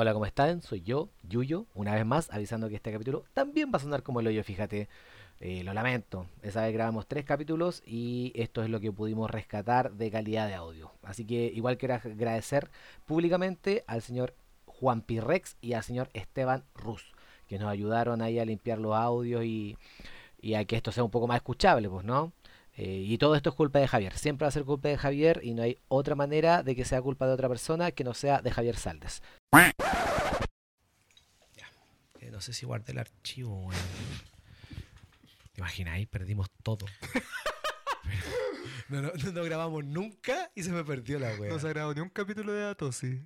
Hola, ¿cómo están? Soy yo, Yuyo, una vez más avisando que este capítulo también va a sonar como el hoyo, fíjate. Eh, lo lamento, esa vez grabamos tres capítulos y esto es lo que pudimos rescatar de calidad de audio. Así que igual quiero agradecer públicamente al señor Juan Pirrex y al señor Esteban Ruz, que nos ayudaron ahí a limpiar los audios y, y a que esto sea un poco más escuchable, pues, ¿no? Eh, y todo esto es culpa de Javier. Siempre va a ser culpa de Javier y no hay otra manera de que sea culpa de otra persona que no sea de Javier Saldes. Ya. Eh, no sé si guardé el archivo, weón. ¿Te imagináis? Perdimos todo. no, no, no, no grabamos nunca y se me perdió la weá. No se ha grabado ni un capítulo de datos, sí.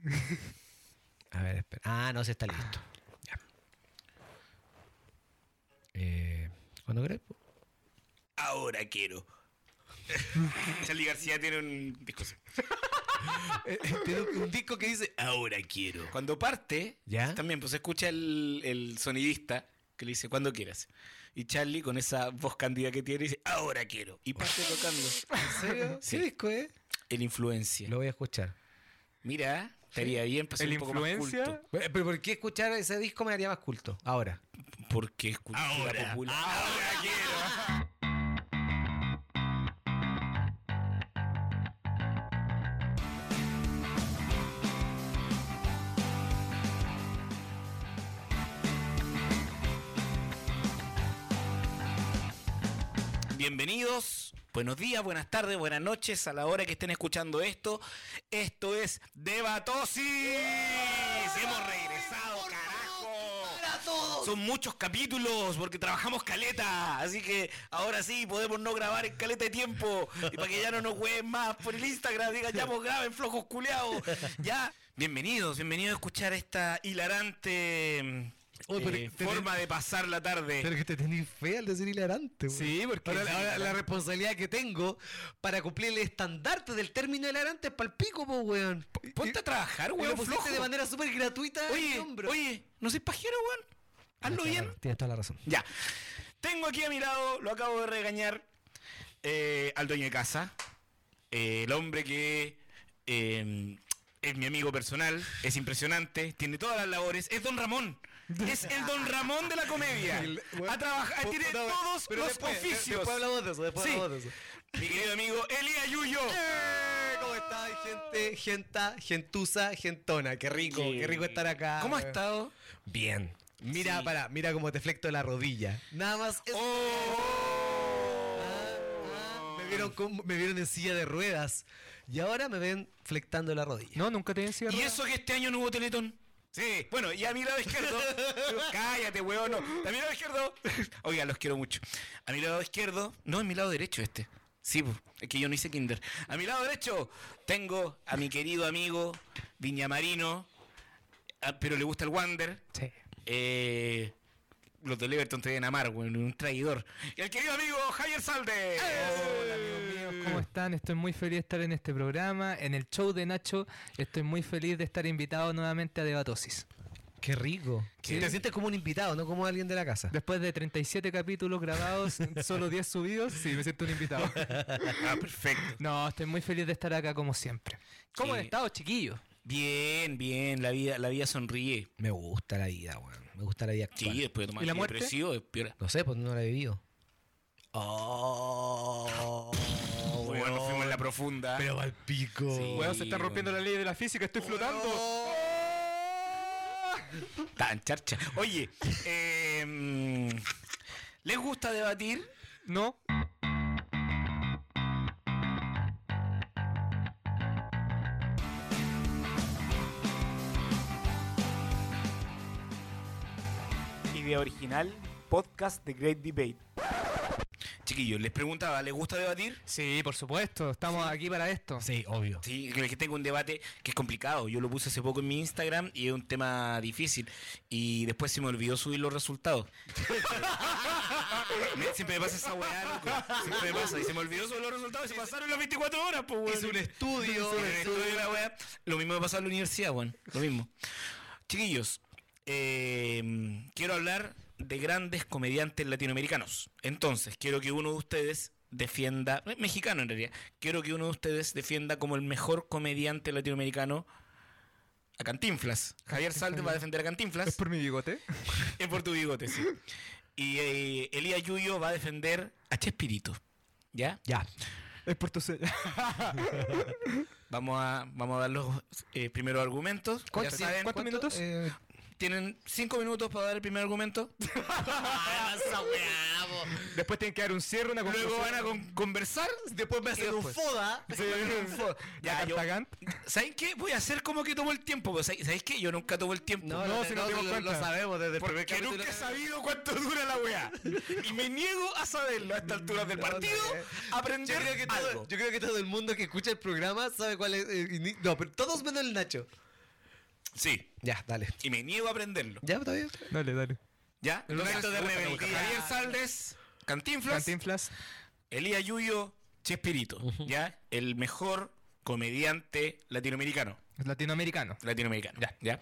A ver, espera. Ah, no, se está listo. Ya. Eh, ¿Cuándo grabé? Ahora quiero. Charlie García tiene un disco. así. Eh, tiene un disco que dice Ahora quiero. Cuando parte, ¿Ya? también pues escucha el, el sonidista que le dice cuando quieras. Y Charlie con esa voz candida que tiene dice Ahora quiero. Y parte tocando. ¿En serio? Sí. disco, eh? El influencia. Lo voy a escuchar. Mira, estaría bien pasar El un poco más influencia. culto. Eh, Pero pero ¿por qué escuchar ese disco me haría más culto? Ahora. Porque es cultura popular. Ahora quiero. Bienvenidos, buenos días, buenas tardes, buenas noches a la hora que estén escuchando esto. Esto es Debatosis. Hemos regresado, carajo. Son muchos capítulos porque trabajamos caleta. Así que ahora sí podemos no grabar en caleta de tiempo. Y para que ya no nos jueguen más por el Instagram, digan, ya pues graben flojos culeados. Ya. Bienvenidos, bienvenidos a escuchar esta hilarante Oye, pero eh, te- forma de pasar la tarde. Pero que te tenés fe al decir hilarante, weón. Sí, porque Ahora, sí, ahora la hilarante. responsabilidad que tengo para cumplir el estandarte del término hilarante es palpico, po, weón. Ponte a trabajar, Y weón. lo pusiste flojo. de manera súper gratuita en mi Oye, hombro. oye, no seas pajero, weón. Hazlo bien. Tienes toda la razón. Ya. Tengo aquí a mi lado, lo acabo de regañar, eh, al dueño de casa. eh, el hombre que eh, es mi amigo personal, es impresionante, tiene todas las labores, es Don Ramón. Es el Don Ramón de la comedia. El- bueno, Ha trabajado, tiene no, todos pero los después, de- oficios. Después hablamos de eso, después Sí. hablamos de eso. Mi querido amigo Elías Yuyo. Eh, ¿Cómo estás, gente? Genta, gentusa, gentona. Qué rico, Sí. qué rico estar acá. ¿Cómo has weón. estado? Bien. Mira, Sí. Oh. para, mira cómo te flecto la rodilla. Nada más es- Ah, me, vieron con- me vieron en silla de ruedas y ahora me ven flectando la rodilla. No, nunca te decía. Y eso que este año no hubo Teletón. Sí, bueno, y a mi lado izquierdo. cállate, weón. No. A mi lado izquierdo. Oiga, los quiero mucho. A mi lado izquierdo. No, es mi lado derecho este. Sí, po, es que yo no hice Kinder. A mi lado derecho tengo a mi querido amigo Viñamarino. ah, Pero le gusta el Wander. Sí. Eh, los del Everton te deben amar, weón. Un traidor. Y el querido amigo Javier Salde. ¿Cómo están? Estoy muy feliz de estar en este programa, en el show de Nacho. Estoy muy feliz de estar invitado nuevamente a Debatosis. Qué rico. Qué- Te sientes como un invitado, no como alguien de la casa. Después de 37 capítulos grabados, solo 10 subidos, sí, me siento un invitado. Ah, perfecto. No, estoy muy feliz de estar acá como siempre. ¿Cómo han Sí. estado, chiquillos? Bien, bien. La vida, la vida sonríe. Me gusta la vida, weón. Me gusta la vida Sí, actual. después de tomar ¿Y la muerte? antidepresivo, es peor. No sé, pues no la he vivido. Oh, bueno, nos fuimos en la profunda. Pero al pico. Sí. Weón, se está rompiendo la ley de la física, estoy Tan charcha. Oye, eh, mm, ¿les gusta debatir? No, Idea original, podcast de Great Debate. Chiquillos, les preguntaba, ¿les gusta debatir? sí, por supuesto, estamos aquí para esto. Sí, obvio. Sí, creo que tengo un debate que es complicado. Yo lo puse hace poco en mi Instagram y es un tema difícil. Y después se me olvidó subir los resultados. Me- Siempre me pasa esa weá, loco. Siempre me pasa. Y se me olvidó subir los resultados y se pasaron las 24 horas, pues, weón. Hice un estudio. Sí, en el estudio, la weá. Lo mismo me pasó en la universidad, weón. Lo mismo. Chiquillos, eh, quiero hablar de grandes comediantes latinoamericanos. Entonces, quiero que uno de ustedes defienda, eh, mexicano en realidad, quiero que uno de ustedes defienda como el mejor comediante latinoamericano a Cantinflas. Javier Salte va a defender a Ah, ¿Es Cantinflas. por mi bigote? Es por tu bigote, sí. Y eh, Elías Yuyo va a defender a Chespirito. ¿Ya? Ya. Es por tu señal. Vamos a, vamos a dar los eh, primeros argumentos. Ya ¿Cuántos saben, cuántos minutos? Eh, tienen cinco minutos para dar el primer argumento. Ah, Después tienen que dar un cierre, una Luego van a con- conversar. Después me Y hacen un después. foda. Ya, yo- Cartagán. ¿Sabéis qué? Voy a hacer como que tomo el tiempo. pues, ¿Sabéis sabéis qué? Yo nunca tomo el tiempo. No, si no dimos lo, cuenta. lo sabemos desde el primer Porque capítulo. nunca he sabido cuánto dura la weá. Y me niego a saberlo a esta altura del partido. a Yo Aprender creo, que algo. todo, yo creo que todo el mundo que escucha el programa sabe cuál es. eh, ini- no, pero todos menos el Nacho. Sí. Ya, dale. Y me niego a aprenderlo. Ya, está bien. Dale, dale. ¿Ya? No, Un acto no, de no, no, rebeldía. no, no. Javier Saldes, Cantinflas, Cantinflas. Elías Yuyo, Chespirito. ¿Ya? El mejor comediante latinoamericano. Latinoamericano. Latinoamericano. Ya. ¿Ya?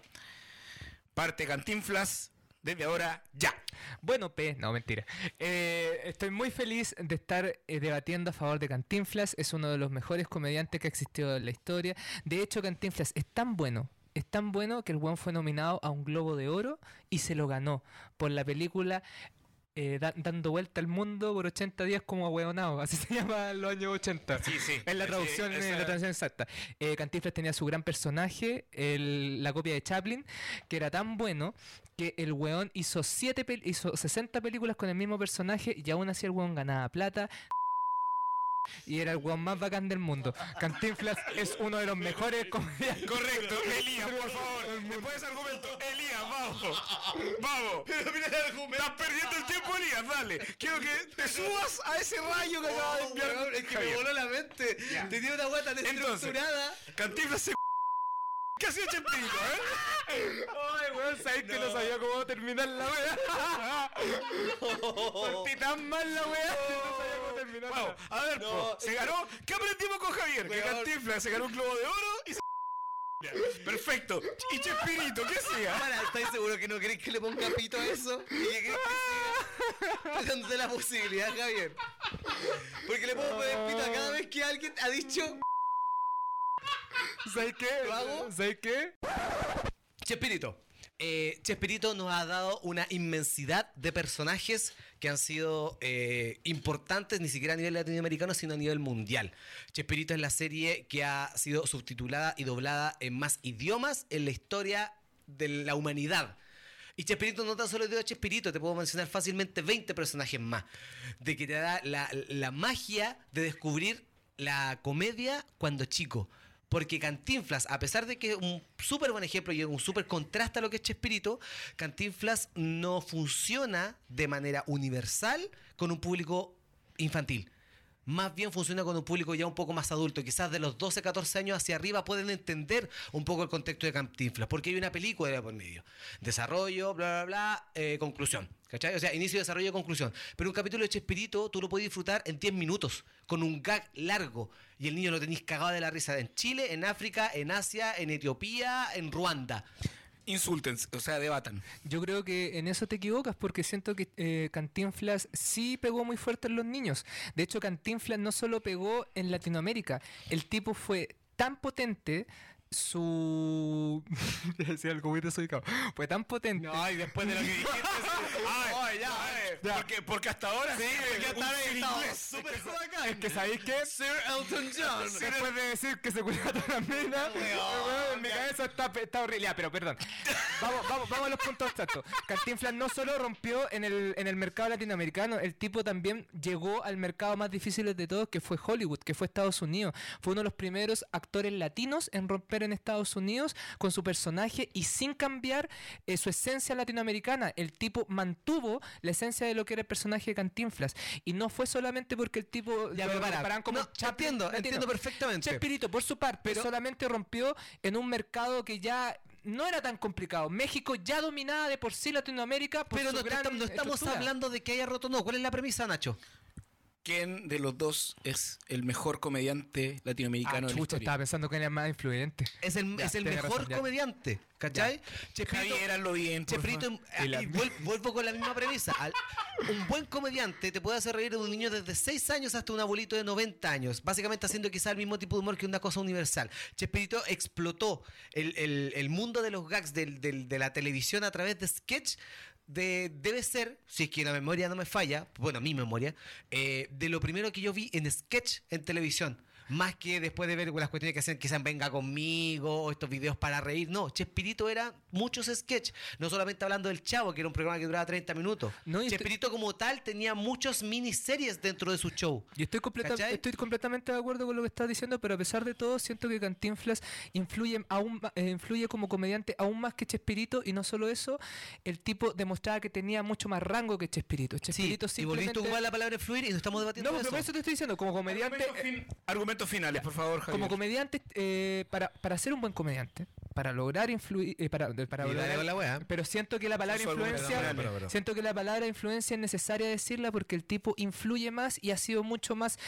Parte Cantinflas desde ahora ya. Bueno, P, no, mentira. Eh, estoy muy feliz de estar eh, debatiendo a favor de Cantinflas. Es uno de los mejores comediantes que ha existido en la historia. De hecho, Cantinflas es tan bueno, es tan bueno que el Juan fue nominado a un Globo de Oro y se lo ganó por la película. eh, da- dando vuelta al mundo por 80 días como ahueonado, así se llama en los años 80. Sí, sí. En la traducción, en la traducción exacta. Eh, Cantinflas tenía su gran personaje, el- la copia de Chaplin, que era tan bueno que el weón hizo, siete pel- hizo 60 películas con el mismo personaje y aún así el weón ganaba plata. Y era el weón más bacán del mundo. Cantinflas es uno de los mejores comediantes. Correcto, Elías, por favor. Después de argumento, Elías, vamos. Vamos. Pero mira el argumento. Estás perdiendo el tiempo, Elías, dale. Quiero que te subas a ese rayo que acaba Oh, de enviar. Weón, es que me Javier. voló la mente. Tenía una guata tan Entonces. estructurada. Cantinflas se. ¿Qué ha sido Chespirito, eh? Ay, weón, sabéis que no sabía cómo terminar la wea. oh. Partí tan mal la wea que no sabía cómo terminar. Vamos, a ver, po, se ganó. ¿Qué aprendimos con Javier? Que Weón. Cantinflas se ganó un globo de oro y se. Ya, Perfecto. ¿Y Chespirito? ¿Qué hacía? Para, ¿estáis seguro que no queréis que le ponga pito a eso? ¿Y que queréis que siga? Dándote la posibilidad, Javier. Porque le puedo poner pito a cada vez que alguien ha dicho ¿Sabéis qué? ¿Lo hago? ¿Sabéis qué? Chespirito. Eh, Chespirito nos ha dado una inmensidad de personajes que han sido eh, importantes ni siquiera a nivel latinoamericano, sino a nivel mundial. Chespirito es la serie que ha sido subtitulada y doblada en más idiomas en la historia de la humanidad. Y Chespirito no tan solo te dio a Chespirito, te puedo mencionar fácilmente 20 personajes más. De que te da la, la magia de descubrir la comedia cuando chico. Porque Cantinflas, a pesar de que es un súper buen ejemplo y un súper contraste a lo que es Chespirito, Cantinflas no funciona de manera universal con un público infantil. Más bien funciona con un público ya un poco más adulto. Quizás de los 12, 14 años hacia arriba pueden entender un poco el contexto de Cantinflas, porque hay una película de por medio. Desarrollo, bla, bla, bla, eh, conclusión. ¿Cachai? O sea, inicio, desarrollo, conclusión. Pero un capítulo de Chespirito tú lo puedes disfrutar en 10 minutos, con un gag largo. Y el niño lo tenéis cagado de la risa en Chile, en África, en Asia, en Etiopía, en Ruanda. Insulten, o sea, debatan. Yo creo que en eso te equivocas porque siento que eh, Cantinflas sí pegó muy fuerte en los niños. De hecho, Cantinflas no solo pegó en Latinoamérica, el tipo fue tan potente su... decía algo muy desubicado. Fue tan potente. y después de lo que dijiste. A ver, ya, a ver. Porque, porque hasta ahora. Sí, porque hasta ahora Es que sabéis que Sir Elton John. después de decir que se cuidaba toda la mina, Ah, weón, en mi cabeza está, pe- está horrible. Ya, pero perdón. Vamos, vamos, vamos a los puntos exactos. Cantinflas no solo rompió en el, en el mercado latinoamericano, el tipo también llegó al mercado más difícil de todos, que fue Hollywood, que fue Estados Unidos. Fue uno de los primeros actores latinos en romper en Estados Unidos con su personaje y sin cambiar eh, su esencia latinoamericana. El tipo mantuvo la esencia de lo que era el personaje de Cantinflas. Y no fue solamente porque el tipo Ya, lo pero para. comparan No, Chaplin entiendo, latino. entiendo perfectamente. Chespirito, por su parte, solamente rompió en un mercado que ya no era tan complicado. México ya dominaba de por sí Latinoamérica, por Pero su no, te gran estamos- no estamos estructura. hablando de que haya roto, no. ¿Cuál es la premisa, Nacho? quién de los dos es el mejor comediante latinoamericano Ah, de la chucha, historia. estaba pensando que era más influyente. Es el, Ya, es el tenés mejor razón, ya. comediante, ¿cachai? Chespirito, Javier, hazlo bien, ah, por Chespirito, favor. eh, Y la- y vuel- vuelvo con la misma premisa. Al- un buen comediante te puede hacer reír de un niño desde 6 años hasta un abuelito de 90 años, básicamente haciendo quizá el mismo tipo de humor que una cosa universal. Chespirito explotó el, el- el mundo de los gags del- del- de la televisión a través de sketch. de- debe ser, si es que la memoria no me falla, bueno, mi memoria, eh, de lo primero que yo vi en sketch en televisión. Más que después de ver las cuestiones que hacían, quizás venga conmigo, o estos videos para reír. No, Chespirito era muchos sketch. No solamente hablando del Chavo, que era un programa que duraba 30 minutos. No, y estoy- Chespirito, como tal, tenía muchas miniseries dentro de su show. Y estoy, completa- ¿Cachai? estoy completamente de acuerdo con lo que estás diciendo, pero a pesar de todo, siento que Cantinflas influye, aún, ma- eh, influye como comediante aún más que Chespirito, y no solo eso, el tipo demostraba que tenía mucho más rango que Chespirito. y volviste Chespirito a simplemente- ocupar la palabra fluir y nos estamos debatiendo No, pues, de pero por eso. eso te estoy diciendo, como comediante, Argumentos, fin- eh, argumentos finales, por favor, Javier. como comediante, eh, para, para ser un buen comediante, para lograr influir, eh, para, de- para Y dale lograr- con la weá. pero siento que la palabra Eso es algo que- influencia, Pero, pero, pero. siento que la palabra influencia es necesaria decirla porque el tipo influye más y ha sido mucho más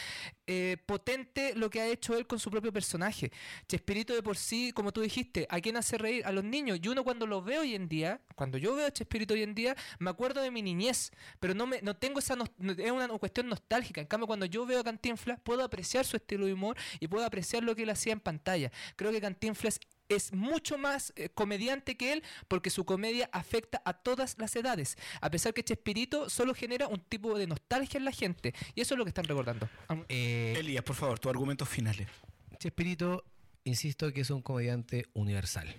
eh, potente lo que ha hecho él con su propio personaje. Chespirito de por sí, como tú dijiste, ¿a quién hace reír? A los niños. Y uno cuando los ve hoy en día, cuando yo veo a Chespirito hoy en día, me acuerdo de mi niñez, pero no me no tengo esa nos- no- es una cuestión nostálgica. En cambio, cuando yo veo a Cantinflas, puedo apreciar su estilo de humor y puedo apreciar lo que él hacía en pantalla. Creo que Cantinflas es mucho más eh, comediante que él porque su comedia afecta a todas las edades, a pesar que Chespirito solo genera un tipo de nostalgia en la gente y eso es lo que están recordando. Am- Eh, Elías, por favor, tus argumentos finales. Chespirito, insisto que es un comediante universal.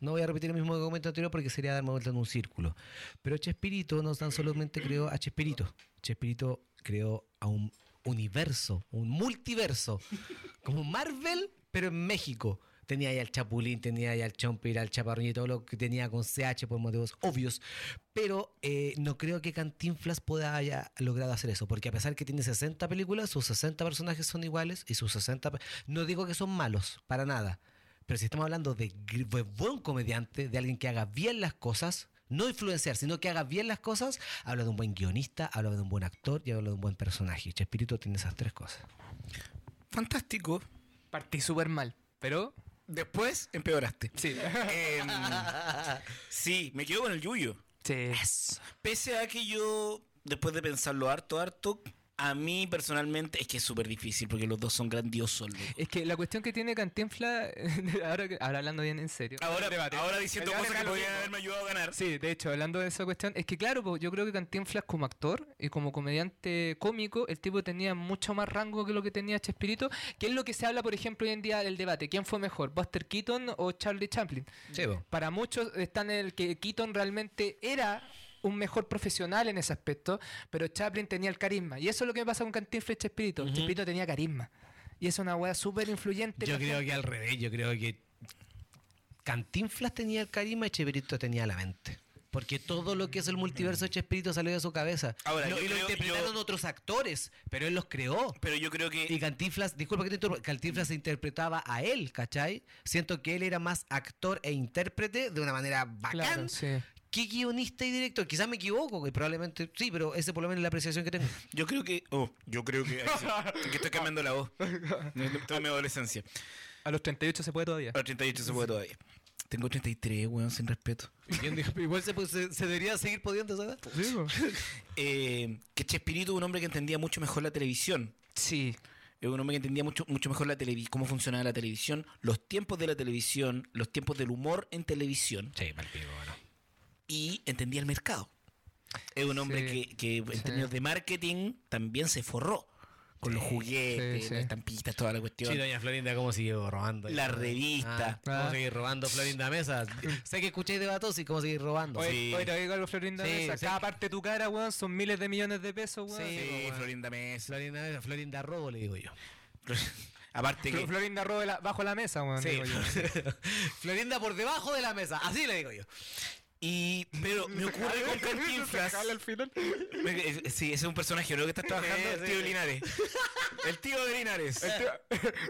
No voy a repetir el mismo argumento anterior porque sería darme vuelta en un círculo. Pero Chespirito no tan solamente creó a Chespirito. Chespirito creó a un universo, un multiverso. Como Marvel, pero en México. Tenía ahí al Chapulín, tenía ahí al Chompir, al Chaparrón y todo lo que tenía con CH por motivos obvios. Pero eh, no creo que Cantinflas pueda haya logrado hacer eso, porque a pesar que tiene 60 películas, sus 60 personajes son iguales y sus 60... pe- No digo que son malos, para nada. Pero si estamos hablando de, gr- de buen comediante, de alguien que haga bien las cosas, no influenciar, sino que haga bien las cosas, habla de un buen guionista, habla de un buen actor y habla de un buen personaje. Y Chespirito tiene esas tres cosas. Fantástico. Partí súper mal, pero Después empeoraste. sí. Em, sí, me quedo con el Yuyo. sí. Pese a que yo, después de pensarlo harto, harto, a mí personalmente es que es súper difícil porque los dos son grandiosos. loco. Es que la cuestión que tiene Cantinflas, ahora, que- ahora hablando bien en serio. Ahora, ahora diciendo El debate me cosas que da lo podrían mismo. haberme ayudado a ganar. Sí, de hecho, hablando de esa cuestión, es que claro, pues, yo creo que Cantinflas como actor y como comediante cómico, el tipo tenía mucho más rango que lo que tenía Chespirito, que es lo que se habla, por ejemplo, hoy en día del debate, ¿quién fue mejor, Buster Keaton o Charlie Chaplin? Para muchos está en el que Keaton realmente era un mejor profesional en ese aspecto, pero Chaplin tenía el carisma. Y eso es lo que me pasa con Cantinflas y Chespirito. Chespirito tenía carisma. Y es una wea súper influyente. en Yo la creo que al revés, yo creo que Cantinflas tenía el carisma y Chespirito tenía la mente. Porque todo lo que es el multiverso de Chespirito salió de su cabeza. Ahora, Lo- yo y lo creo- interpretaron yo- otros actores, pero él los creó. Pero yo creo que Y Cantinflas, disculpa que te interrumpa, Cantinflas se interpretaba a él, ¿cachai? Siento que él era más actor e intérprete de una manera bacán Claro, sí. que guionista y director. Quizás me equivoco, que probablemente sí, pero ese por lo menos es la apreciación que tengo. Yo creo que. Oh, yo creo que. ahí sí. que estoy cambiando la voz. Estoy en mi adolescencia. A los 38 se puede todavía. A los 38 se puede todavía. Tengo 33, weón, sin respeto. Igual se, pues, se- se debería seguir pudiendo, ¿sabes? pues. pues. Eh, que Chespirito es un hombre que entendía mucho mejor la televisión. Sí, Es un hombre que entendía mucho, mucho mejor la televi- cómo funcionaba la televisión, los tiempos de la televisión, los tiempos del humor en televisión Sí, palpico, bueno. y entendía el mercado. Es un hombre Sí. que, que en Sí. términos de marketing también se forró con los juguetes, Sí, sí. las estampitas, toda la cuestión. Sí, doña Florinda, ¿cómo sigue robando? La revista. Ah, ¿Cómo Ah. sigue robando Florinda Mesa? sé que escucháis de Batos y cómo sigue robando. Oye, Sí. oye, te digo algo, Florinda Sí, Mesa. sí. Cada parte de tu cara, weón, son miles de millones de pesos, weón. Sí. pues, Sí, bueno. Florinda Mesa. Florinda Mesa, Florinda Robo, le digo yo. Aparte Flo- que Florinda roba la- bajo la mesa, weón. digo yo. Florinda por debajo de la mesa, así le digo yo. Y, pero me ocurre con Cantinflas. Me- eh, Sí, ese es un personaje, ¿no? Que estás trabajando. Sí, el sí, tío sí. Linares. El tío de Linares.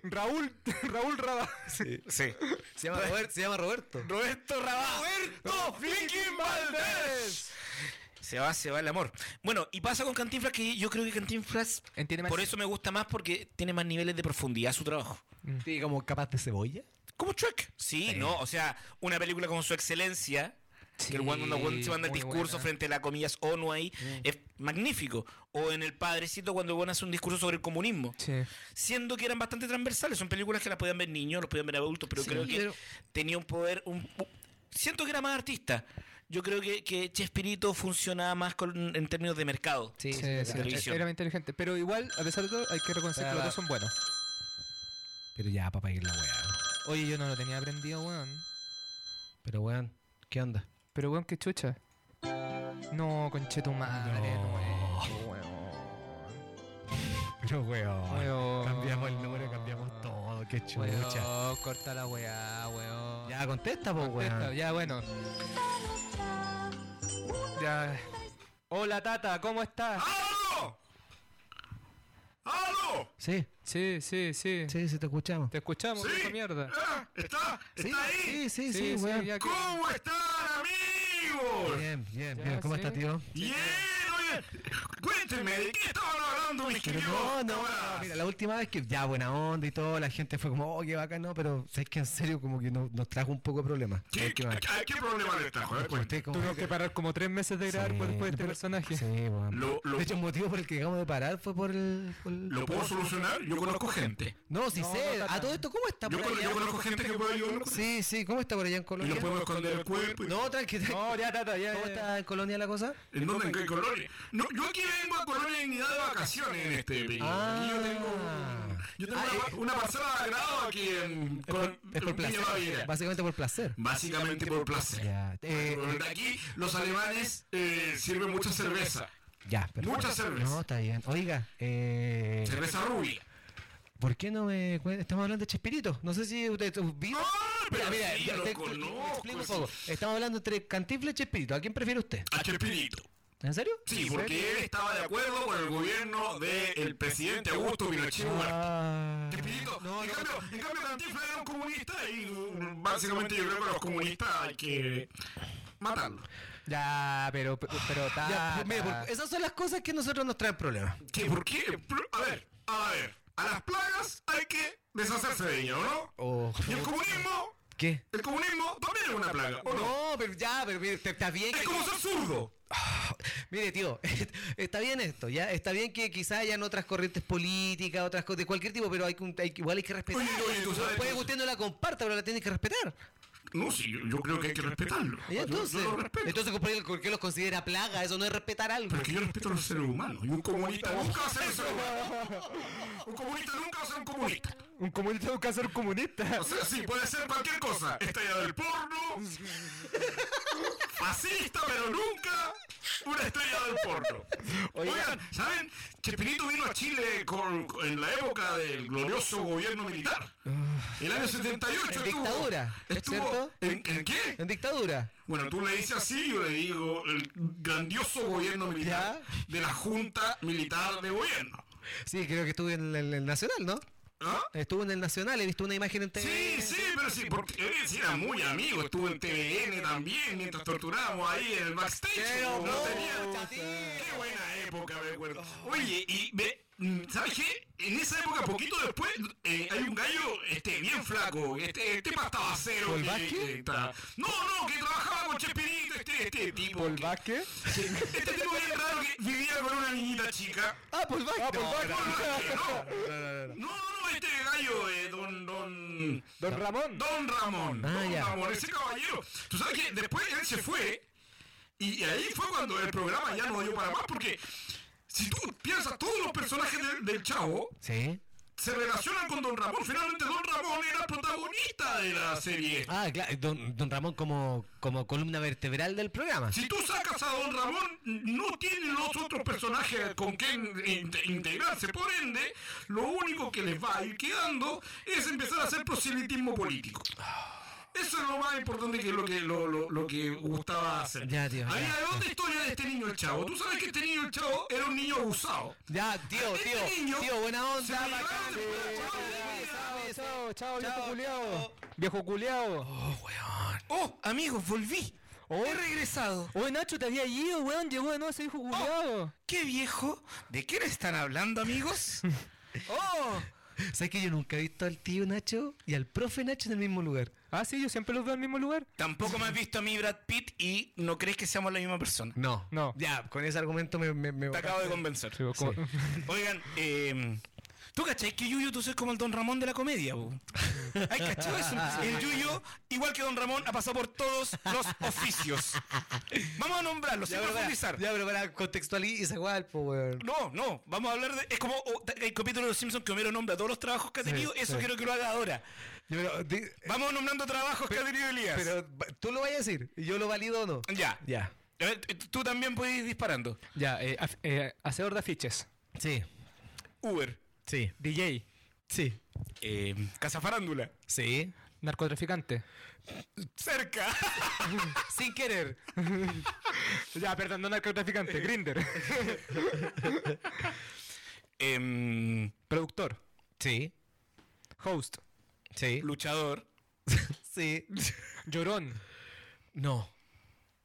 Raúl, Raúl Rada. Sí. Se llama, Robert- se llama Roberto. Roberto Rabá. ¡Roberto Flicky Valdés! Se va, se va el amor. Bueno, y pasa con Cantinflas que yo creo que Cantinflas, Entiende más. por eso me gusta más porque tiene más niveles de profundidad su trabajo. Sí, como capaz de cebolla. Como Shrek. Sí, no, o sea, una película con su excelencia. que el One se manda el muy discurso buena. frente a la comillas ONU ahí. Es magnífico. O en El Padrecito cuando el Juan hace un discurso sobre el comunismo. Sí. Siendo que eran bastante transversales. Son películas que las podían ver niños, las podían ver adultos, pero creo que pero- tenía un poder... un- un- siento que era más artista. Yo creo que, que Chespirito funcionaba más con- en términos de mercado. Sí, Sí, sí, sí, verdad. televisión. era más inteligente. Pero igual, a pesar de todo, hay que reconocer que los dos son buenos. Pero ya, papá, ir la weá. Oye, yo no lo tenía aprendido, weón. Pero weón, ¿qué onda? Pero weón, qué chucha. No, conche tu madre, no, weón. Pero weón. Weón. Cambiamos el número, cambiamos todo. Qué chucha. Weón, corta la weá, weón. Ya contesta, pues Contesta, weón. Ya, bueno. Ya. Hola, Tata, ¿cómo estás? ¡Aló! ¡Aló! Sí, Sí, sí, sí. sí, sí, te escuchamos. Te escuchamos, vieja mierda. ¿Está? Sí, sí, sí, sí, weón. ya que- están, amigos? Bien, bien, Ya, bien. ¿Cómo sí. estás, tío? Bien, oye, cuéntenme, ¿de qué estaban hablando mis Pero queridos no, no, camaradas? mira, la última vez que ya buena onda y todo, la gente fue como, oh, qué bacán, no, pero sabes que en serio como que no- nos trajo un poco de problemas. La ¿Qué, última vez. a- a qué problema le trajo? A ver, cuéntame. Usted como Tuvimos que parar como tres meses de grabar Sí, por- después de este pero- personaje. Sí, weón. Lo- lo- De hecho, el motivo por el que dejamos de parar fue por el... por el- ¿Lo puedo solucionar? Yo conozco gente. No, si No, sé. no, a tata. todo esto, ¿cómo está Yo, por con- allá? yo conozco gente que puede ayudarlo. Sí, sí, ¿cómo está por allá en Y Colonia? le podemos esconder el cuerpo. y- No, tranquilo. No, ya, Tata, ya. ¿Cómo ya. está en Colonia la cosa? ¿En dónde? ¿En qué colonia? No, yo aquí vengo a colonia de dignidad de vacaciones en este periodo. Aquí yo tengo, yo tengo una, par- una parcela de grado aquí en Col- Es por en Viña Baviera. placer. Básicamente por placer. Básicamente por placer. Ya, eh, Porque aquí los alemanes eh, sirven mucha cerveza. ya, perfecto. Muchas cervezas. No, está bien. Oiga, eh, Cerveza rubia. ¿por qué no me cuenta? Estamos hablando de Chespirito. No sé si usted vino. No, pero sí, ya, lo te- te- te conozco. explico un sí. poco. Estamos hablando entre Cantinflas y Chespirito. ¿A quién prefiere usted? A Chespirito. ¿En serio? Sí, porque él estaba de acuerdo con el gobierno del presidente Augusto Pinochet. Ugarte. Ah, Chespirito. en, cambio, en cambio, Cantinflas era un comunista y uh, básicamente yo creo que a los comunistas hay que matarlos. Ya, pero, pero, pero, Tata. ya, pues, mire, ah. por- esas son las cosas que a nosotros nos traen problemas. ¿Qué? ¿Por qué? Pro- A ver, a ver. A las plagas hay que deshacerse de ellas, ¿o ¿no? Oh, Y el comunismo, ¿Qué? el comunismo también es una plaga, ¿o no? No, pero ya, pero mire, está está bien. Es que- como ser zurdo. Mire, tío, está bien esto, ya. Está bien que quizás hayan otras corrientes políticas, otras cosas de cualquier tipo, pero hay, que- hay que- igual hay que respetar. Oye, oye, tú sabes- Puede que usted no la comparta, pero la tiene que respetar. No, sí, yo, yo creo que hay que respetarlo. Y Yo- entonces, yo, lo respeto. entonces ¿por qué- ¿por qué los considera plaga? Eso no es respetar algo. Porque yo respeto a los seres humanos. Y un comunista nunca va a ser un ser humano. Un comunista nunca va a ser un comunista. Un comunista busca ser comunista. O sea, sí, puede ser cualquier cosa. Estrella del porno. Fascista, pero nunca una estrella del porno. Oigan, ¿saben? Chespirito vino a Chile con- en la época del glorioso gobierno militar. El año 78 Ah. En estuvo- dictadura, ¿es Estuvo, cierto? ¿en, ¿En qué? En dictadura. Bueno, tú le dices así, yo le digo el grandioso gobierno militar de la Junta Militar de Gobierno. Sí, creo que estuvo en el, en el Nacional, ¿no? ¿Ah? Estuvo en el Nacional, he visto una imagen en TV. Sí, sí, Eh, pero sí, porque él sí era muy amigo, estuvo en TVN también mientras torturábamos ahí en el backstage. como no tenía- Qué buena época, me acuerdo. Oye, y ve, mm, ¿sabes qué? En esa época, poquito después, eh, hay un gallo este, bien flaco, este, este pastabacero. ¿Paul que- Vázquez? que está- No, no, que trabajaba con Chespirito, este, este tipo. que- Vázquez? Sí, Este tipo bien raro que vivía con una niñita chica. Ah, Paul Vázquez. No, No, no, no, no, no, este gallo, eh, don, don... Don Ramón. Don Ramón. Ah, don ya. Ramón, ese caballero. Tú sabes que después él se fue y ahí fue cuando el programa ya no dio para más porque si tú piensas, todos los personajes del, del chavo Sí. se relacionan con Don Ramón. Finalmente Don Ramón era el protagonista de la serie. Ah, claro, don, don Ramón como, como columna vertebral del programa. Si tú sacas a Don Ramón, no tienen los otros personajes con quien inte- integrarse. Por ende, lo único que les va a ir quedando es empezar a hacer proselitismo político. Eso es lo más importante que lo que, lo, lo- lo que gustaba hacer. Ya, tío, Ahí ya, hay otra historia de este niño el chavo. Tú sabes que este niño el chavo era un niño abusado. Ya, Oh, tío, Este tío, niño tío, buena Se onda, lo llevaron bacán. después eh, del Chao, chao, chavo. chao, viejo culiao. Viejo culiao. ¡Oh, amigos, volví! Oh, He regresado. oh, Nacho, te había ido, weón. Llegó de nuevo ese hijo Oh. culiado. ¿Qué viejo? ¿De quién están hablando, amigos? ¡Oh! ¿Sabes que yo nunca he visto al tío Nacho y al profe Nacho en el mismo lugar? Ah, sí, yo siempre los veo al mismo lugar. Tampoco me has visto a mí, Brad Pitt, y no crees que seamos la misma persona. No. No. Ya, con ese argumento me... me, me Te acabo de convencer. Sí, vos como- Oigan, eh, ¿tú cachai que Yuyo tú sois como el Don Ramón de la comedia? po? ¿Ay, cachado eso? El Yuyo, igual que Don Ramón, ha pasado por todos los oficios. Vamos a nombrarlos, sin Ya, pero para, profundizar. ya, pero para contextualizar igual, po, weón. No, no, vamos a hablar de... Es como oh, el capítulo de Los Simpsons que Homero nombra todos los trabajos que ha tenido. eso quiero que lo haga ahora. Ya, pero, di- Vamos nombrando trabajos que ha tenido Elías. pero, ba- tú lo vas a decir, y yo lo valido o no. Ya. Ya. A ver, t- tú también puedes ir disparando. Ya, eh, af- eh, hacedor de afiches. Sí, Uber. sí, DJ. sí. Eh, Cazafarándula. Sí. Narcotraficante. Cerca. Ah, Sin querer. Ya, perdón, no narcotraficante. Eh. Grinder. Em, Productor. Sí, Host. sí. luchador. Sí. Llorón. No.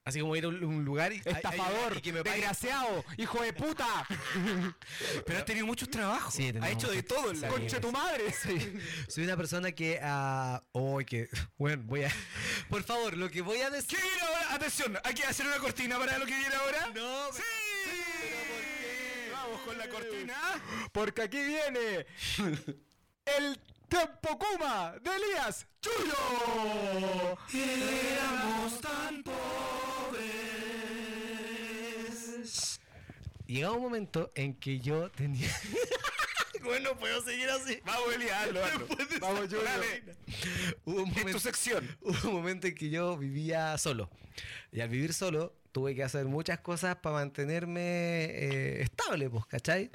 Así como ir a un, un lugar y... Estafador. y que me paguen. desgraciado. Hijo de puta. Pero ha tenido muchos trabajos. Sí, ha tenemos hecho de todo. el Concha tu madre. Soy una persona que... ah, oh, que... Bueno, voy a... Por favor, lo que voy a decir... ¿Qué viene ahora? Atención, hay que hacer una cortina para lo que viene ahora. No, ¡Sí! Vamos con la cortina. Porque aquí viene el Tempo Kuma de Elías Chulo. Llegaba un momento en que yo tenía... bueno, puedo seguir así. Vamos, Elías, hazlo, hazlo. Vamos, Julio. Dale, Hubo un es tu momento, sección. hubo un momento en que yo vivía solo. Y al vivir solo, tuve que hacer muchas cosas para mantenerme eh, estable, pues, ¿cachai?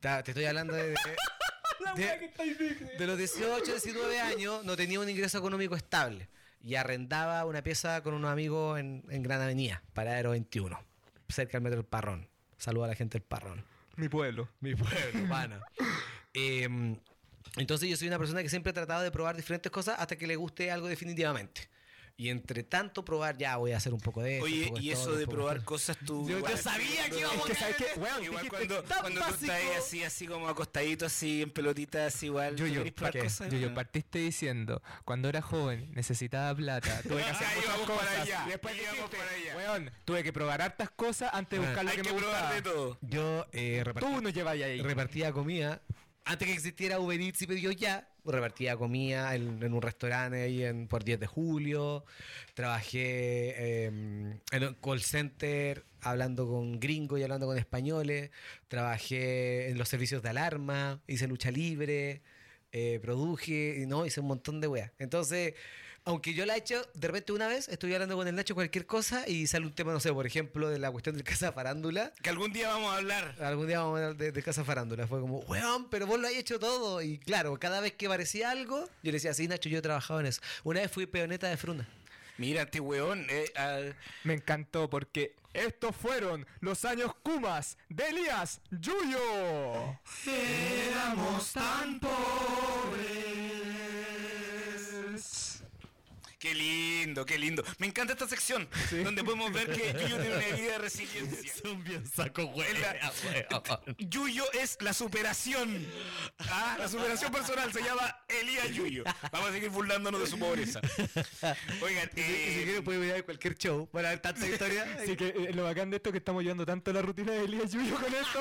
Ta- Te estoy hablando de... de- de- de los 18, 19 años no tenía un ingreso económico estable y arrendaba una pieza con unos amigos en, en Gran Avenida, Paradero 21, cerca del metro del Parrón. Saluda a la gente del Parrón Mi pueblo. mi pueblo, pana. Em, entonces yo soy una persona que siempre ha tratado de probar diferentes cosas hasta que le guste algo definitivamente. Y entre tanto probar, ya voy a hacer un poco de esto, un Oye, poco y esto, eso un de poco probar esto. cosas tú. Yo, yo igual- sabía que íbamos a Es que, ¿sabes caer. qué? Weón, Igual dijiste, cuando, "Tan cuando tú estás ahí básico". así, así como acostadito, así en pelotitas, así igual. Yo, ¿tú yo, querés probar ¿qué? cosas? yo, yo, partiste diciendo, cuando era joven necesitaba plata, tuve que hacer Ahí muchas vamos para cosas. allá, Y después ahí vamos dijiste, para allá. weón, tuve que probar hartas cosas antes de Ah. buscar lo Hay que, que, me probar gustaba. de todo. Yo eh, repartí- Tú no llevas ahí. repartía comida. Antes que existiera Uber Eats y pedido ya, repartía comida en, en un restaurante ahí en, por 10 de julio. Trabajé eh, en un call center hablando con gringos y hablando con españoles. Trabajé en los servicios de alarma, hice lucha libre, eh, produje, y no, hice un montón de weas. Entonces, aunque yo la he hecho, de repente una vez estuve hablando con el Nacho cualquier cosa y sale un tema, no sé, por ejemplo, de la cuestión del casa farándula. Que algún día vamos a hablar. Algún día vamos a hablar de, de Casa Farándula. Fue como, weón, pero vos lo has hecho todo. Y claro, cada vez que parecía algo, yo le decía, sí, Nacho, yo he trabajado en eso. Una vez fui peoneta de Fruna. Mira, este weón. eh, ah, Me encantó porque estos fueron los años Kumas de Elías Yuyo. Qué lindo, qué lindo. Me encanta esta sección donde podemos ver que Yuyo tiene una vida de resiliencia. Son bien saco, weón. Yuyo es la superación. Ah, la superación personal se llama Elías Yuyo. Vamos a seguir burlándonos de su pobreza. Oigan, Y si eh, quieres puedes ver cualquier show para ver tanta historia. Así que eh, lo bacán de esto es que estamos llevando tanto la rutina de Elías Yuyo con esto.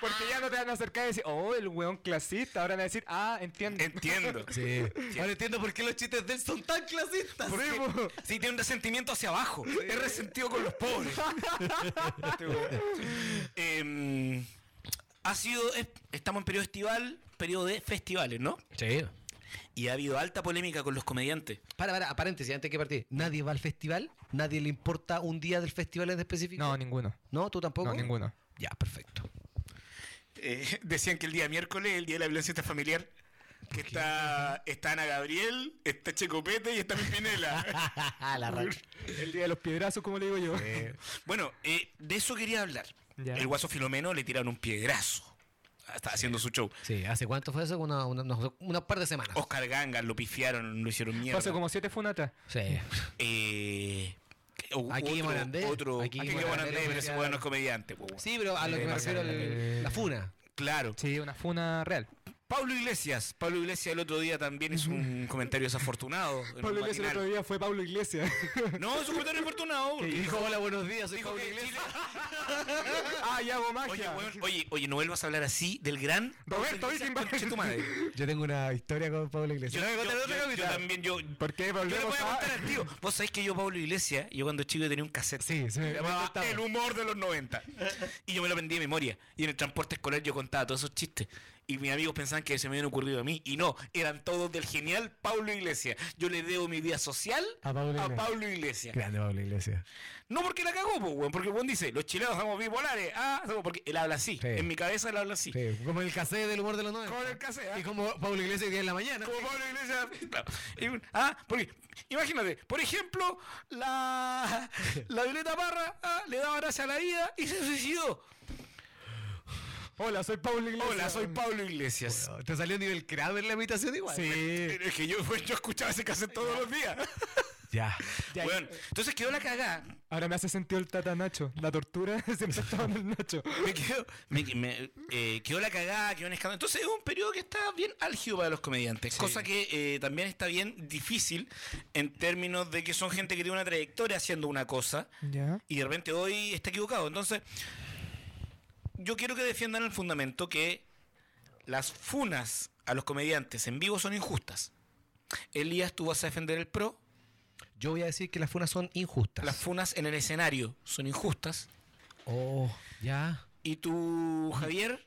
Porque ya no te van a acercar y decir, oh, el weón clasista. Ahora van a decir, ah, entiendo. entiendo. Sí. Ahora entiendo por qué los chistes de él son tan clasistas. Porque sí, tiene un resentimiento hacia abajo. Es resentido con los pobres. Em, ha sido. es- estamos en periodo estival, periodo de festivales, ¿no? Sí. Y ha habido alta polémica con los comediantes. Para, para, paréntesis, antes que partir. ¿Nadie va al festival? ¿Nadie le importa un día del festival en específico? No, ninguno. ¿No? ¿Tú tampoco? No, ninguno. Ya, perfecto. Eh, decían que el día miércoles es el día de la violencia familiar. Que está, está Ana Gabriel, está Checopete y está Pimpinela. la raja. El día de los piedrazos, como le digo yo. bueno, eh, de eso quería hablar. Ya. El guaso Filomeno le tiraron un piedrazo. Ah, Está haciendo su show. Sí, ¿hace cuánto fue eso? Una, una- no, una par de semanas. Oscar Ganga lo pifiaron, lo hicieron mierda. Pasó como siete funatas. Sí. Eh, O- Aquí otro- Morandé, Otro, aquí aquí Morandé, Morandé, eh, pero ese Morandé. weón no es comediante. po, weón. Sí, pero a lo Sí, que me pasa refiero que- al- la funa. Claro. Sí, una funa real. Pablo Iglesias. Pablo Iglesias el otro día también hizo un comentario desafortunado. en un matinal. día fue Pablo Iglesias. No, es un comentario desafortunado. porque dijo- hola, buenos días, soy dijo Pablo que Iglesias". Chile- ah, ya hago Oye, magia. weón, oye, oye, no vuelvas a hablar así del gran Roberto Vickenbauer. Conche tu madre. Yo tengo una historia con Pablo Yo, Iglesias. yo- contar yo- otra yo capitán. también, yo. ¿Por Eh, qué Yo le volvemos voy a a.? contar al tío. Vos sabés que yo, Pablo Iglesias, yo cuando chico tenía un cassette. Sí, se me- Se me llamaba encantaba. El humor de los 90. Y yo me lo aprendí de memoria. Y en el transporte escolar yo contaba todos esos chistes. Y mis amigos pensaban que se me habían ocurrido a mí. Y no, eran todos del genial Pablo Iglesias. Yo le debo mi vida social A Pablo Iglesias. Iglesias. Grande Pablo Iglesias. No porque la cagó, po, weón, porque el weón dice, los chilenos somos bipolares. Ah, somos porque él habla así. Sí. En mi cabeza él habla así. Sí, como el cassette del humor de los Como 90. en el ¿ah? cassette, Y como Pablo Iglesias hoy día en la mañana. Como Pablo Iglesias. Claro. Y un- Ah, porque, imagínate, por ejemplo, la, la Violeta Parra ah, le daba gracia a la vida y se suicidó. Hola, soy Pablo Iglesias. Hola, soy Pablo Iglesias. Te salió nivel Kramer la imitación igual. Sí. Pero es que yo, pues, yo escuchaba ese cassette todos los días. Ya. Ya, Weón, entonces quedó la cagada. Ahora me hace sentido el tata Nacho. La tortura siempre estaba en el Nacho. Me quedó, me- me- eh, quedó la cagada, quedó un escándalo. Entonces es un periodo que está bien álgido para los comediantes. Cosa que eh, también está bien difícil en términos de que son gente que tiene una trayectoria haciendo una cosa Ya. y de repente hoy está equivocado. Entonces, yo quiero que defiendan el fundamento que las funas a los comediantes en vivo son injustas. Elías, tú vas a defender el pro. Yo voy a decir que las funas son injustas. Las funas en el escenario son injustas. Oh, ya. Y tú, Javier,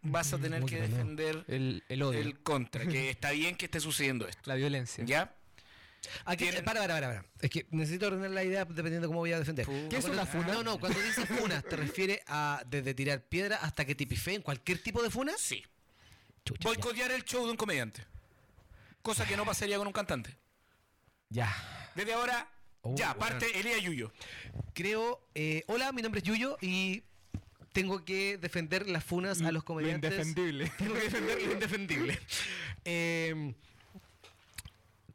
vas a tener Muy que bueno. defender El, el odio. el contra, que está bien que esté sucediendo esto. La violencia. ¿Ya? Aquí, Tienen- para, para, para, para. Es que necesito ordenar la idea dependiendo de cómo voy a defender. ¿Qué es una funa? No, no, cuando dices funas, te refiere a desde tirar piedra hasta que tipifeen cualquier tipo de funas. Sí. Chucha, ya. Boicotear el show de un comediante. Cosa que no pasaría con un cantante. Ya. Desde ahora, Oh, ya, bueno. parte Elías Yuyo. Creo. eh, hola, mi nombre es Yuyo y tengo que defender las funas a los Mm, Lo comediantes. indefendible. Tengo que defender lo indefendible. Eh,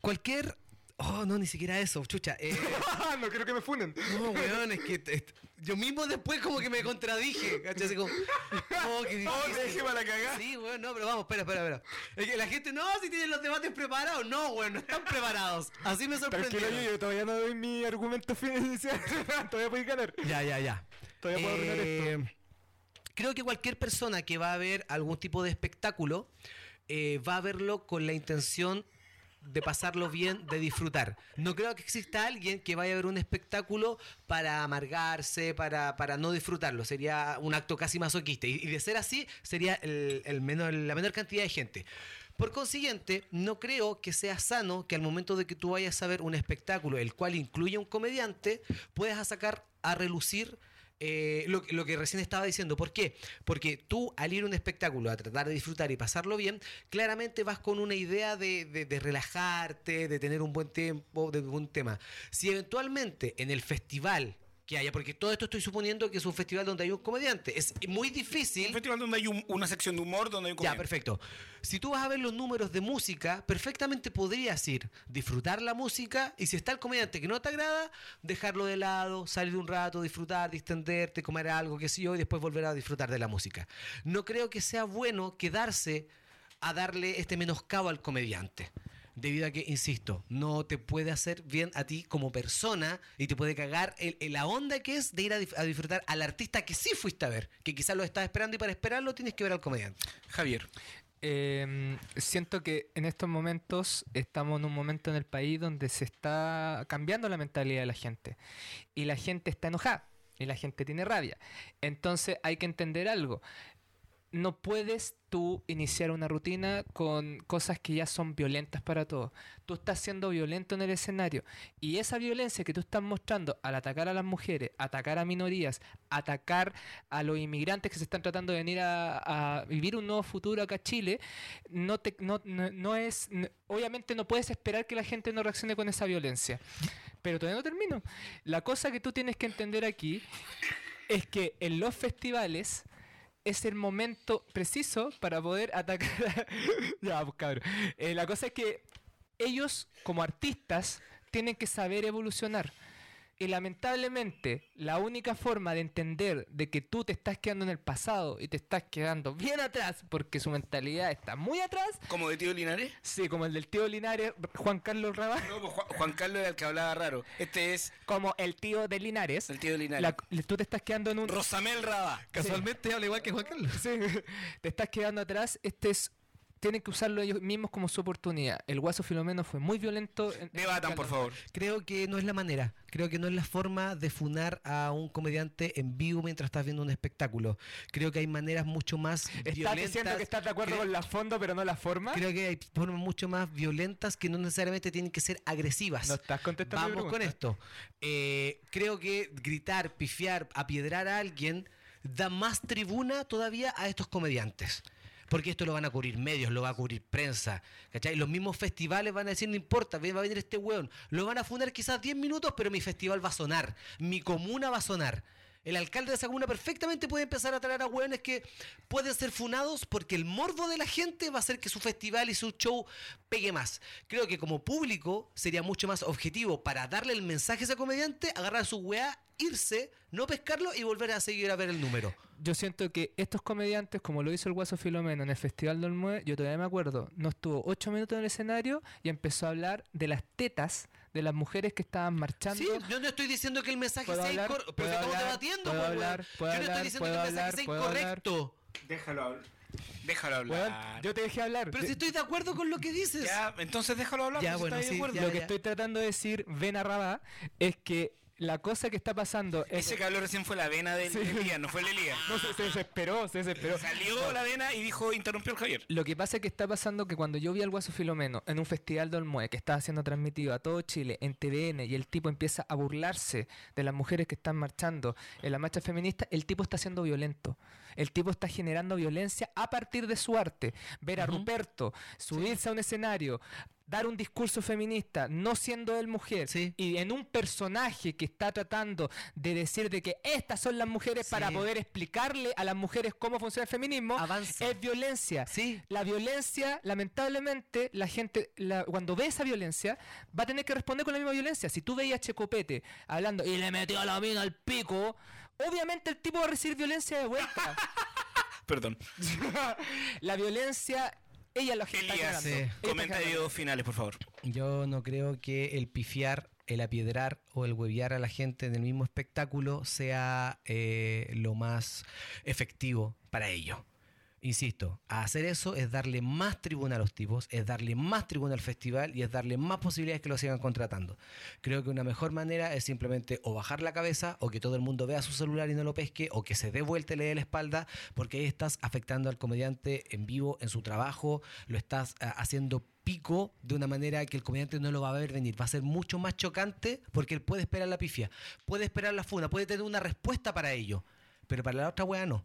cualquier. Oh, no, ni siquiera eso, chucha. Eh, no quiero que me funen. no, weón, es que es- yo mismo después como que me contradije. ¿cachai? Así como. Oh, qué difícil. la cagada. Sí, weón, no, pero vamos, espera, espera, espera. Es que la gente, no, si tienen los debates preparados. No, weón, no están preparados. Así me Tranquilo, yo, sorprendió. yo todavía no doy mi argumento inicial. todavía podéis ganar. Ya, ya, ya. Eh, Todavía puedo arruinar esto. Creo que cualquier persona que va a ver algún tipo de espectáculo eh, va a verlo con la intención de pasarlo bien, de disfrutar. No creo que exista alguien que vaya a ver un espectáculo para amargarse, para, para no disfrutarlo. Sería un acto casi masoquista. Y, y de ser así, sería el, el menor, la menor cantidad de gente. Por consiguiente, no creo que sea sano que al momento de que tú vayas a ver un espectáculo, el cual incluye un comediante, puedas sacar a relucir eh, lo, lo que recién estaba diciendo. ¿Por qué? Porque tú al ir a un espectáculo, a tratar de disfrutar y pasarlo bien, claramente vas con una idea de, de- de relajarte, de tener un buen tiempo, de un tema. Si eventualmente en el festival que haya, porque todo esto estoy suponiendo que es un festival donde hay un comediante, es muy difícil... Un festival donde hay un- una sección de humor, donde hay un Ya, comediante. perfecto. Si tú vas a ver los números de música, perfectamente podrías ir, disfrutar la música y si está el comediante que no te agrada, dejarlo de lado, salir un rato, disfrutar, distenderte, comer algo, qué sé yo, y después volver a disfrutar de la música. No creo que sea bueno quedarse a darle este menoscabo al comediante. Debido a que, insisto, no te puede hacer bien a ti como persona y te puede cagar el- el- la onda que es de ir a, dif- a disfrutar al artista que sí fuiste a ver, que quizás lo estás esperando y para esperarlo tienes que ver al comediante. Javier. Eh, siento que en estos momentos estamos en un momento en el país donde se está cambiando la mentalidad de la gente. Y la gente está enojada. Y la gente tiene rabia. Entonces hay que entender algo. No puedes tú iniciar una rutina con cosas que ya son violentas para todos. Tú estás siendo violento en el escenario. Y esa violencia que tú estás mostrando al atacar a las mujeres, atacar a minorías, atacar a los inmigrantes que se están tratando de venir a, a vivir un nuevo futuro acá a Chile, no, te, no, no, no es... no- obviamente no puedes esperar que la gente no reaccione con esa violencia. Pero todavía no termino. La cosa que tú tienes que entender aquí es que en los festivales es el momento preciso para poder atacar... ya, pues cabrón. Eh, la cosa es que ellos como artistas tienen que saber evolucionar. Y lamentablemente, la única forma de entender de que tú te estás quedando en el pasado y te estás quedando bien atrás, porque su mentalidad está muy atrás, ¿Como de tío Linares? sí, como el del tío Linares, Juan Carlos Rabá, No, pues Juan, Juan Carlos era el que hablaba raro. Este es como el tío de Linares, el tío Linares. la- tú te estás quedando en un... Rosamel Raba. Casualmente habla igual que Juan Carlos. Sí. Te estás quedando atrás. Este es. Tienen que usarlo ellos mismos como su oportunidad. El guaso Filomeno fue muy violento. en- en Debatan, por favor. Creo que no es la manera. Creo que no es la forma de funar a un comediante en vivo mientras estás viendo un espectáculo. Creo que hay maneras mucho más Estás violentas. diciendo que estás de acuerdo Creo- con la fondo, pero no la forma. Creo que hay formas mucho más violentas que no necesariamente tienen que ser agresivas. No estás contestando. mi Vamos con pregunta. esto. Eh, creo que gritar, pifiar, apiedrar a alguien da más tribuna todavía a estos comediantes. Porque esto lo van a cubrir medios, lo va a cubrir prensa. ¿Cachai? Los mismos festivales van a decir, no importa, ve- va a venir este weón. Lo van a funar quizás 10 minutos, pero mi festival va a sonar. Mi comuna va a sonar. El alcalde de esa comuna perfectamente puede empezar a traer a hueones que pueden ser funados porque el morbo de la gente va a hacer que su festival y su show pegue más. Creo que como público sería mucho más objetivo para darle el mensaje a ese comediante, agarrar su weá, irse, no pescarlo y volver a seguir a ver el número. e-, Yo siento que estos comediantes, como lo hizo el guaso Filomeno en el Festival del Mue, yo todavía me acuerdo, no estuvo ocho minutos en el escenario y empezó a hablar de las tetas de las mujeres que estaban marchando. Sí, yo no estoy diciendo que el mensaje ¿Puedo sea hablar? incorrecto, pero ¿Puedo si estamos hablar? debatiendo, ¿Puedo pues, weón. hablar? Yo ¿Puedo no estoy hablar? diciendo que ¿Puedo el mensaje hablar? sea ¿Puedo hablar? incorrecto. Déjalo hablar. Déjalo Weón, hablar. yo te dejé hablar. Pero si estoy de acuerdo con lo que dices. Ya, entonces déjalo hablar. Ya, pues, si bueno, estáis de sí, acuerdo. ya. Lo que estoy tratando de decir, ven a Rabá, es que la cosa que está pasando es... Ese que habló recién fue la vena del Elías, no fue el Elías. No, se, se desesperó, se desesperó. Salió la vena y dijo, interrumpió el Javier. Lo que pasa es que está pasando que cuando yo vi al Guaso Filomeno en un festival de Olmue que estaba siendo transmitido a todo Chile en TVN y el tipo empieza a burlarse de las mujeres que están marchando en la marcha feminista, el tipo está siendo violento. El tipo está generando violencia a partir de su arte. Ver a Ruperto subirse a un escenario, dar un discurso feminista no siendo él mujer Sí. y en un personaje que está tratando de decir de que estas son las mujeres para Sí. poder explicarle a las mujeres cómo funciona el feminismo Avanza. es violencia Sí. la violencia, lamentablemente, la gente, la- cuando ve esa violencia, va a tener que responder con la misma violencia. Si tú veías a Checopete hablando y le metió a la mina al pico, obviamente el tipo va a recibir violencia de vuelta. Perdón. la violencia, ella lo está Elías, cagando. Ella está cagando. comentarios finales, por favor. Yo no creo que el pifiar, el apiedrar o el hueviar a la gente en el mismo espectáculo sea eh, lo más efectivo para ello. Insisto, a hacer eso es darle más tribuna a los tipos, es darle más tribuna al festival y es darle más posibilidades que lo sigan contratando. Creo que una mejor manera es simplemente o bajar la cabeza o que todo el mundo vea su celular y no lo pesque o que se dé vuelta y le dé la espalda porque ahí estás afectando al comediante en vivo, en su trabajo, lo estás ah, haciendo pico de una manera que el comediante no lo va a ver venir. Va a ser mucho más chocante porque él puede esperar la pifia, puede esperar la funa, puede tener una respuesta para ello, pero para la otra wea no.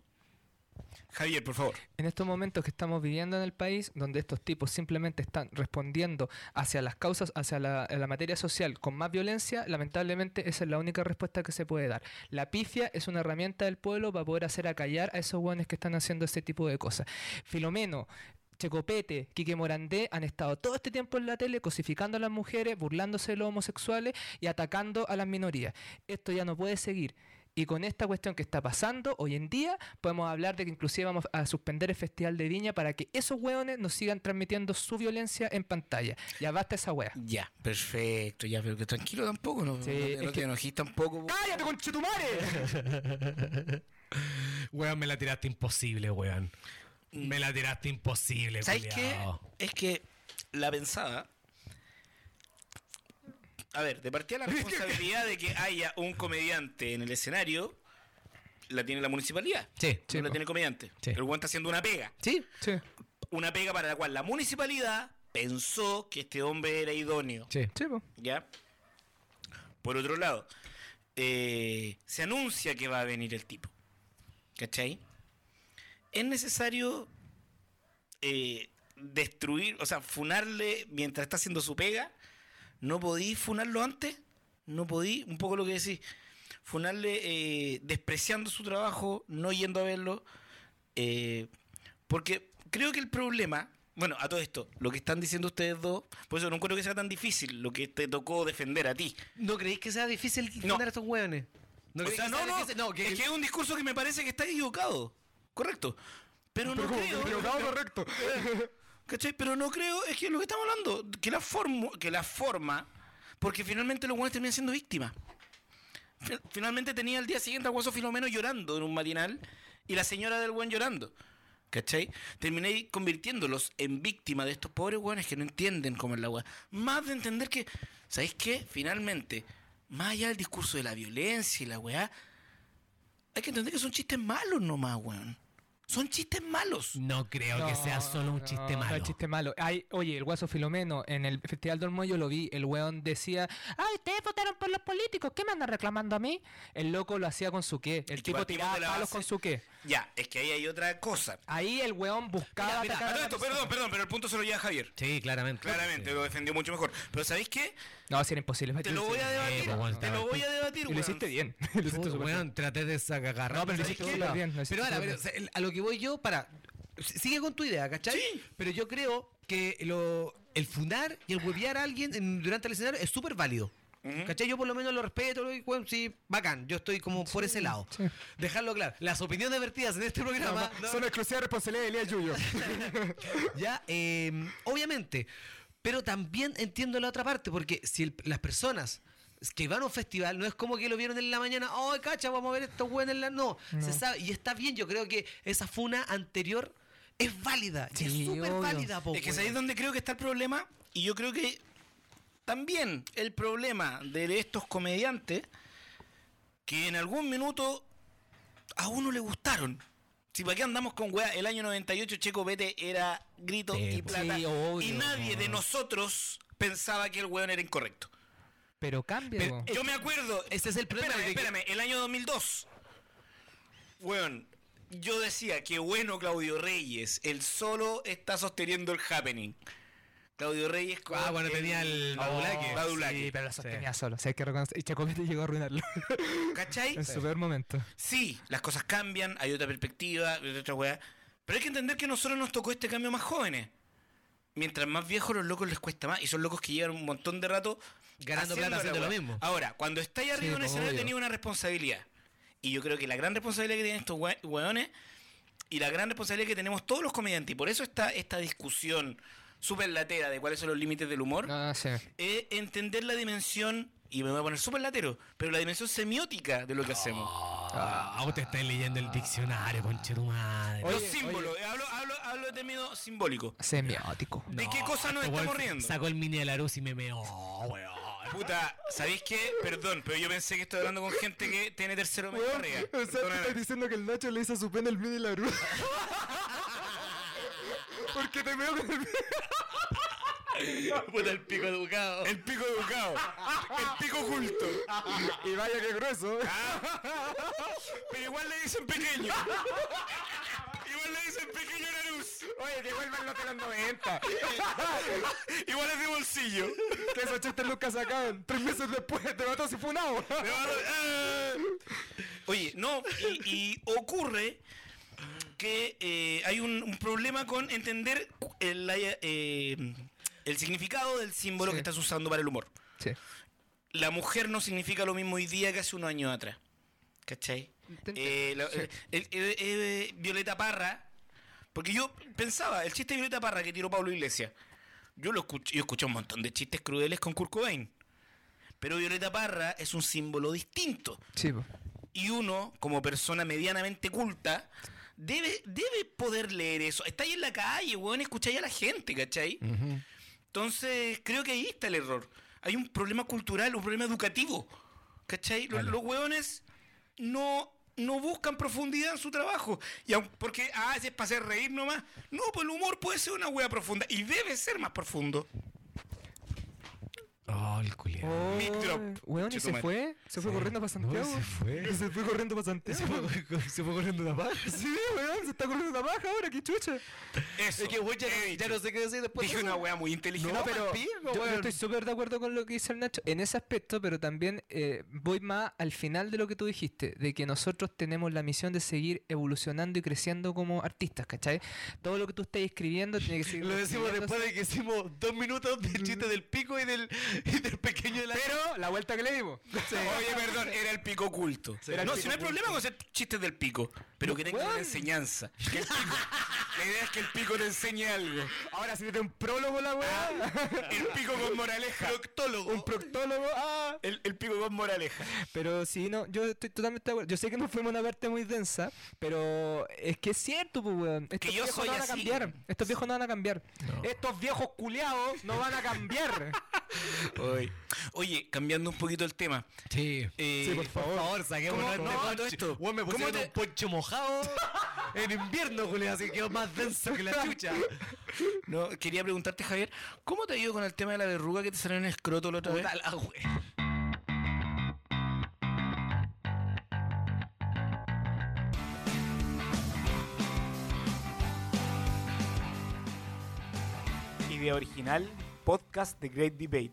Javier, por favor. En estos momentos que estamos viviendo en el país, donde estos tipos simplemente están respondiendo hacia las causas, hacia la, a la materia social con más violencia, lamentablemente esa es la única respuesta que se puede dar. La pifia es una herramienta del pueblo para poder hacer acallar a esos guanes que están haciendo ese tipo de cosas. Filomeno. Checopete, Quique Morandé han estado todo este tiempo en la tele cosificando a las mujeres, burlándose de los homosexuales y atacando a las minorías. Esto ya no puede seguir. Y con esta cuestión que está pasando hoy en día, podemos hablar de que inclusive vamos a suspender el Festival de Viña para que esos hueones nos sigan transmitiendo su violencia en pantalla. Ya basta esa hueá. Ya, perfecto, ya, pero que tranquilo tampoco, no, Sí, no te- es no te que- enojes tampoco. po. ¡Cállate, conchetumare! Weón, me la tiraste imposible, weón. Me la tiraste imposible, ¿Sabes qué? Es que la pensada. A ver, de partida la responsabilidad de que haya un comediante en el escenario la tiene la municipalidad. Sí, no la tiene el comediante. Sí. El guante está haciendo una pega. sí. Sí, Una pega para la cual la municipalidad pensó que este hombre era idóneo. Sí. sí, po. ¿Ya? Por otro lado, eh, se anuncia que va a venir el tipo. ¿Cachai? Es necesario eh, destruir, o sea, funarle mientras está haciendo su pega. No podí funarlo antes. No podí, un poco lo que decís, funarle eh, despreciando su trabajo, no yendo a verlo. eh, porque creo que el problema Bueno, a todo esto, lo que están diciendo ustedes dos, por eso no creo que sea tan difícil lo que te tocó defender a ti. ¿No creéis que sea difícil No. ganar a estos hueones? ¿No O creéis sea, que no, sea no, difícil? No, que- es que es un discurso que me parece que está equivocado. Correcto. Pero no creo. correcto. ¿Cachai? Pero no creo, es que lo que estamos hablando, que la, formo- que la forma, porque finalmente los guanes terminan siendo víctimas. Fi- Finalmente tenía el día siguiente al guaso Filomeno llorando en un matinal y la señora del buen llorando. ¿Cachai? Terminé convirtiéndolos en víctima de estos pobres guanes que no entienden cómo es la agua. Más de entender que, ¿sabéis qué? Finalmente, más allá del discurso de la violencia y la weá, hay que entender que son chistes malos nomás, weón. Son chistes malos. No creo que sea solo un No, chiste no, malo. es chiste malo. Ay, oye, el guaso Filomeno en el Festival del Moyo lo vi. El weón decía: Ay, ustedes votaron por los políticos. ¿Qué me andan reclamando a mí? El loco lo hacía con su qué. El que tipo partimos tiraba de la palos base- con su qué. Ya, es que ahí hay otra cosa. Ahí el weón buscaba. Mira, mira, atacar a a todo la esto, persona. perdón, perdón, pero el punto se lo lleva Javier. Sí, claramente. Claramente, lo defendió mucho mejor. Pero ¿sabéis qué? No, si era imposible. Te lo voy a Eh, pues, debatir. bueno, Te lo voy a debatir, Ah, Y weón. lo hiciste bien. Lo hiciste Puta, súper bien. weón, traté de saca- agarrar. No, pero lo ¿sabes hiciste qué? súper bien, lo hiciste Pero ahora, súper pero, bien. o sea, el- a lo que voy yo, para. s- Sigue con tu idea, ¿cachai? Pero yo creo que lo, el fundar y el huevear a alguien en- durante el escenario es súper válido. Ujú. ¿Cachai? Yo por lo menos lo respeto, lo, weón, sí, bacán. Yo estoy como por ese lado. Dejarlo claro. Las opiniones vertidas en este programa no- Son exclusiva responsabilidad de Elías Yuyo. ya, eh, obviamente. Pero también entiendo la otra parte, porque si el- las personas que van a un festival no es como que lo vieron en la mañana, oh, cacha, vamos a ver estos güeyes en la. No, se sabe, y está bien, yo creo que esa funa anterior es válida, y Sí, es súper obvio. válida, po, Es que weón. es ahí donde creo que está el problema. Y yo creo que también el problema de estos comediantes que en algún minuto a uno le gustaron. Si para qué andamos con weá, el año 98 Checo Vete era grito y plata. Sí, obvio, y nadie de nosotros pensaba que el weón era incorrecto. Pero cambia, Pero- weón. Yo me acuerdo. Ese es el problema, Espérame, de que- espérame. El año 2002. Weón, yo decía que bueno Claudio Reyes. El solo está sosteniendo el happening. Claudio Reyes con Ah, bueno, tenía el Badulaque. Badulaque. Sí, pero lo sostenía solo. O sea, hay que reconocer. Y Chacomete llegó a arruinarlo. ¿Cachai? en su peor momento. Sí, las cosas cambian, hay otra perspectiva, hay otra weá. Pero hay que entender que a nosotros nos tocó este cambio más jóvenes. Mientras más viejos los locos les cuesta más y son locos que llevan un montón de rato Ganando plata la haciendo lo weá. mismo. Ahora, cuando estáis arriba Sí, de un pues, escenario obvio. tenéis una responsabilidad. Y yo creo que la gran responsabilidad que tienen estos we- weones y la gran responsabilidad que tenemos todos los comediantes, y por eso está esta discusión súper latera de cuáles son los límites del humor, No, no sé. es entender la dimensión, y me voy a poner súper latero, pero la dimensión semiótica de lo que hacemos. Ah, vos te estás leyendo el diccionario, conche tu madre. Oye, Los símbolos. eh, Hablo, hablo, hablo de término simbólico. Semiótico. ¿De qué cosa nos este weón estamos riendo? Sacó el mini de la luz y me meó, weón. Puta, ¿sabéis qué? Perdón, pero yo pensé que estoy hablando con gente que tiene tercero medio arriba. Perdóname. diciendo que el Nacho le hizo su pena el mini la grúa. Porque te veo con el Puta, el pico educado. El pico educado. El pico culto. Ah. Y vaya que grueso. Pero igual le dicen pequeño. Igual le dicen pequeño la luz. Oye, devuélvanlo que los 90. Igual es de bolsillo. Que esos chistes lucas sacaban. Tres meses después te mató si fue un agua. Me va a doler. Ah. Oye, no, y, y ocurre que eh, hay un, un problema con entender cu- el, la- eh, el significado del símbolo Sí. que estás usando para el humor. Sí. La mujer no significa lo mismo hoy día que hace unos años atrás. ¿Cachai? Eh, la- el- el- el- eh, Violeta Parra, porque yo pensaba, el chiste de Violeta Parra que tiró Pablo Iglesias, yo lo escuché, yo escuché un montón de chistes crueles con Kurt Cobain. Pero Violeta Parra es un símbolo distinto. Sí, po. Y uno, como persona medianamente culta, debe, debe poder leer eso. Está ahí en la calle, weón, escucháis a la gente, ¿cachai? Entonces, creo que ahí está el error. Hay un problema cultural, un problema educativo. ¿Cachai? Los, los hueones no, no buscan profundidad en su trabajo. Y aun- porque, ah, ese es para hacer reír nomás. No, pues el humor puede ser una hueá profunda. Y debe ser más profundo. Oh, el culiado. Mic drop. Weón, ¿y se Chetumare. fue? ¿Se fue corriendo para Santiago? se fue. Se fue corriendo para Santiago. Se fue corriendo la paja. Sí, weón, se está corriendo la baja ahora, qué chucha. Eso. Es que, weón, ya, he no- dicho. ya no sé qué decir después. Dije una wea muy inteligente. No, pero yo, yo estoy súper de acuerdo con lo que dice el Nacho en ese aspecto, pero también eh, voy más al final de lo que tú dijiste, de que nosotros tenemos la misión de seguir evolucionando y creciendo como artistas, ¿cachai? Todo lo que tú estás escribiendo tiene que seguir... Lo decimos recibiéndose. después de que hicimos dos minutos Mm. del chiste del pico y del, y del pequeño de la... Pero la vuelta que le dimos. Oye, perdón, era el pico oculto. Era el no, pico si no hay problema con hacer chistes del pico, pero que tenga una Weón. enseñanza. Que el pico- la idea es que el pico te enseñe algo. Ahora sí tiene un prólogo la weá, El pico con moraleja. un proctólogo, ah... El, el pico con moraleja. Pero sí, no, yo estoy totalmente de acuerdo. Yo sé que nos fuimos a una parte muy densa, pero es que es cierto, pues, weón. Estos yo viejos soy no van así. a cambiar. Estos viejos no van a cambiar. Estos viejos culiados no van a cambiar. Oye, cambiando un poquito el tema. Sí. eh, favor, saquemos ¿Cómo- este no, poncho. todo esto? Weón, me ¿Cómo pusieron te- un poncho mojado en invierno, Julián, así que quedó más denso que la chucha. no, quería preguntarte, Javier, ¿cómo te ha ido con el tema de la verruga que te salió en el escroto la otra vez? Puta la wea. Idea original, podcast The Great Debate.